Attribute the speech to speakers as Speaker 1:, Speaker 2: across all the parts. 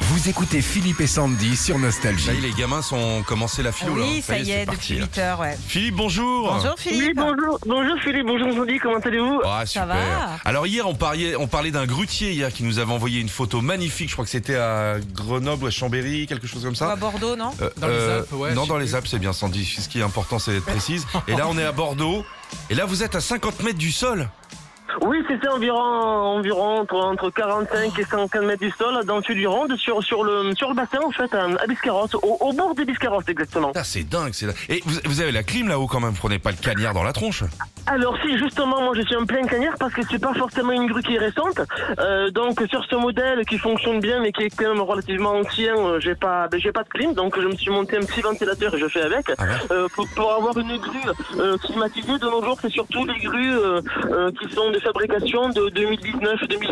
Speaker 1: Vous écoutez Philippe et Sandy sur Nostalgie.
Speaker 2: Ça y est, les gamins sont commencé la philo. là.
Speaker 3: Ah Oui, ça y est,
Speaker 2: c'est parti,
Speaker 3: depuis
Speaker 2: là.
Speaker 3: 8 heures, ouais.
Speaker 2: Philippe, bonjour.
Speaker 3: Bonjour Philippe.
Speaker 4: Oui, bonjour, bonjour Philippe, bonjour Sandy, comment allez-vous
Speaker 2: Ah, super.
Speaker 3: va
Speaker 2: Alors hier, on, parlait, on parlait d'un grutier hier qui nous avait envoyé une photo magnifique. Je crois que c'était à Grenoble ou à Chambéry, quelque chose comme
Speaker 3: Ou à
Speaker 2: ça.
Speaker 3: Bordeaux, non
Speaker 2: Euh,
Speaker 5: Dans les Alpes, ouais,
Speaker 2: non,
Speaker 5: je
Speaker 2: dans
Speaker 5: sais
Speaker 2: les
Speaker 5: plus.
Speaker 2: Alpes, c'est bien Sandy. Ce qui est important, c'est d'être précise. Et là, on est à Bordeaux. Et là, vous êtes à 50 mètres du sol.
Speaker 4: Oui, c'était environ, environ entre, entre 45 et 50 mètres du sol, dans le sud du Ronde, sur, sur, le, sur le bassin, en fait, à à Biscarrosse, au, au bord des Biscarrosse, exactement.
Speaker 2: Putain, Ah, c'est dingue. C'est dingue. Et vous, vous avez la clim là-haut quand même. Vous prenez pas le cagnard dans la tronche.
Speaker 4: Alors si, justement, moi je suis en plein cagnard parce que c'est pas forcément une grue qui est récente, Euh, donc sur ce modèle qui fonctionne bien mais qui est quand même relativement ancien, euh, j'ai pas, ben, j'ai pas de clim, donc je me suis monté un petit ventilateur et je fais avec.
Speaker 2: Ah ouais
Speaker 4: Euh, pour, pour avoir une grue euh, climatisée de nos jours, c'est surtout les grues euh, euh, qui sont de fabrication de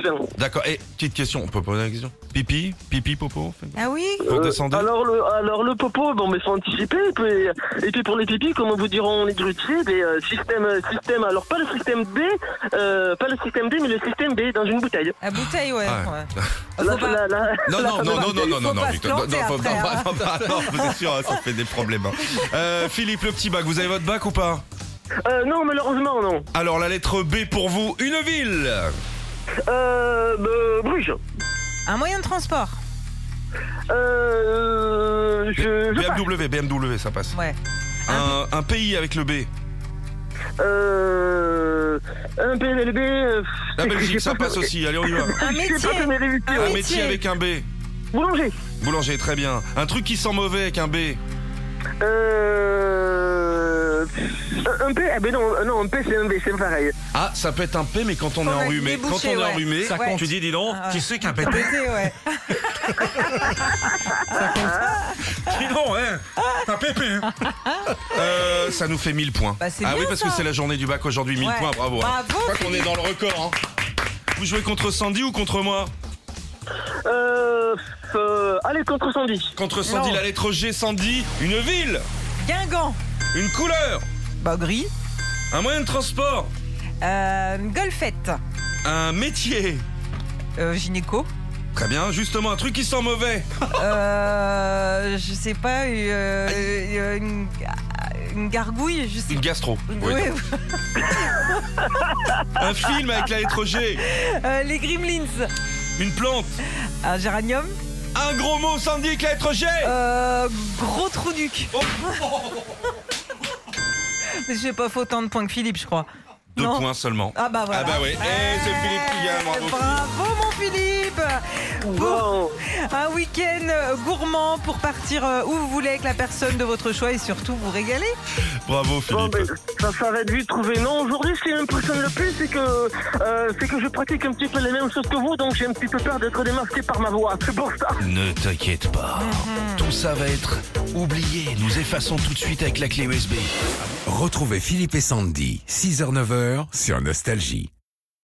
Speaker 4: 2019-2020.
Speaker 2: D'accord. Et petite question. On peut poser la question. Pipi, pipi, popo.
Speaker 3: Ah oui
Speaker 2: Faut descendre.
Speaker 4: Euh, alors le alors le popo bon mais faut anticiper et puis, et puis pour les pipis comme vous diront les grutiers des euh, systèmes système alors pas le système B euh, pas le système D mais le système B dans une bouteille
Speaker 3: La bouteille, ouais.
Speaker 2: Ah ouais.
Speaker 3: ouais.
Speaker 4: Là,
Speaker 3: Faut pas-
Speaker 4: là, là,
Speaker 2: Non,
Speaker 4: là,
Speaker 2: non,
Speaker 4: ça
Speaker 2: non, non, non,
Speaker 4: va.
Speaker 2: non,
Speaker 3: faut
Speaker 2: non, non,
Speaker 3: pas se
Speaker 2: Victor, non,
Speaker 3: planter
Speaker 2: faut- non,
Speaker 3: après, hein.
Speaker 2: non, non, non, vous êtes sûr, hein, ça fait des problèmes. hein. Euh, Philippe, le petit bac, vous avez votre bac ou pas
Speaker 4: Euh, non malheureusement non
Speaker 2: Alors, la lettre B pour vous, une ville
Speaker 4: euh, bah, Bruges
Speaker 3: Un moyen de transport.
Speaker 4: euh, je, je passe.
Speaker 2: BMW, BMW, ça passe.
Speaker 3: Ouais.
Speaker 2: Un, un pays avec le B.
Speaker 4: euh, un PLB euh,
Speaker 2: La
Speaker 4: c'est- j'ai
Speaker 2: Belgique, ça
Speaker 4: pas-
Speaker 2: passe aussi, allez, on y va.
Speaker 3: Un
Speaker 4: Ah, je sais
Speaker 3: métier.
Speaker 4: pas comment elle est vue.
Speaker 3: Un
Speaker 2: Un métier
Speaker 3: métier.
Speaker 2: avec un B.
Speaker 4: boulanger
Speaker 2: Boulanger, très bien. Un truc qui sent mauvais avec un B.
Speaker 4: euh, un- un P ah ben non non un P c'est un B c'est pareil
Speaker 2: Ah, ça peut être un P, mais quand on est
Speaker 3: Faut être
Speaker 2: enrhumé. Quand on
Speaker 3: débouché,
Speaker 2: est
Speaker 3: ouais.
Speaker 2: enrhumé,
Speaker 3: Ça compte.
Speaker 2: tu dis, dis donc,
Speaker 3: Ah ouais.
Speaker 2: qui c'est qui a
Speaker 3: Un
Speaker 2: pété
Speaker 3: métier, ouais.
Speaker 2: Dis donc, hein Un pépé hein. Euh, Ça nous fait 1000 points.
Speaker 3: Bah, c'est
Speaker 2: ah
Speaker 3: bien,
Speaker 2: oui, parce
Speaker 3: ça.
Speaker 2: que c'est la journée du bac aujourd'hui, 1000
Speaker 3: Ouais.
Speaker 2: points, bravo. hein.
Speaker 3: Bravo,
Speaker 2: Je crois qu'on est
Speaker 3: Philippe.
Speaker 2: dans le record. hein. Vous jouez contre Sandy ou contre moi
Speaker 4: euh, euh, allez contre 110
Speaker 2: Contre Sandy,
Speaker 3: Non.
Speaker 2: la lettre G, Sandy, une ville,
Speaker 3: Guingamp.
Speaker 2: une couleur,
Speaker 3: Bah, gris.
Speaker 2: un moyen de transport,
Speaker 3: Euh, golfette.
Speaker 2: un métier.
Speaker 3: Euh, gynéco.
Speaker 2: Très bien, justement, un truc qui sent mauvais.
Speaker 3: Euh, je sais pas. euh, euh, une, une gargouille, je sais
Speaker 2: Une gastro. Oui.
Speaker 3: Ouais.
Speaker 2: Un film avec la lettre G,
Speaker 3: Euh, les gremlins.
Speaker 2: une plante,
Speaker 3: Un géranium.
Speaker 2: un gros mot, Sandy, avec la lettre G.
Speaker 3: Euh, gros trou duc.
Speaker 2: Oh.
Speaker 3: Mais j'ai pas fait autant de points que Philippe, je crois.
Speaker 2: Deux
Speaker 3: non.
Speaker 2: points seulement.
Speaker 3: Ah bah voilà.
Speaker 2: Ah bah oui. Eh, c'est Philippe qui gagne, bravo, Philippe.
Speaker 3: Bravo mon Philippe. Bon,
Speaker 4: bon
Speaker 3: un week-end gourmand pour partir euh, où vous voulez avec la personne de votre choix et surtout vous régaler.
Speaker 2: Bravo,
Speaker 4: Bon,
Speaker 2: Philippe.
Speaker 4: ben, ça, ça va être vite trouvé. Non, aujourd'hui, ce qui m'impressionne le plus, c'est que, euh, c'est que je pratique un petit peu les mêmes choses que vous, donc j'ai un petit peu peur d'être démasqué par ma voix. C'est pour ça.
Speaker 6: Ne t'inquiète pas, tout ça va être oublié. Nous effaçons tout de suite avec la clé USB.
Speaker 1: Retrouvez Philippe et Sandy, 6h-9h sur Nostalgie.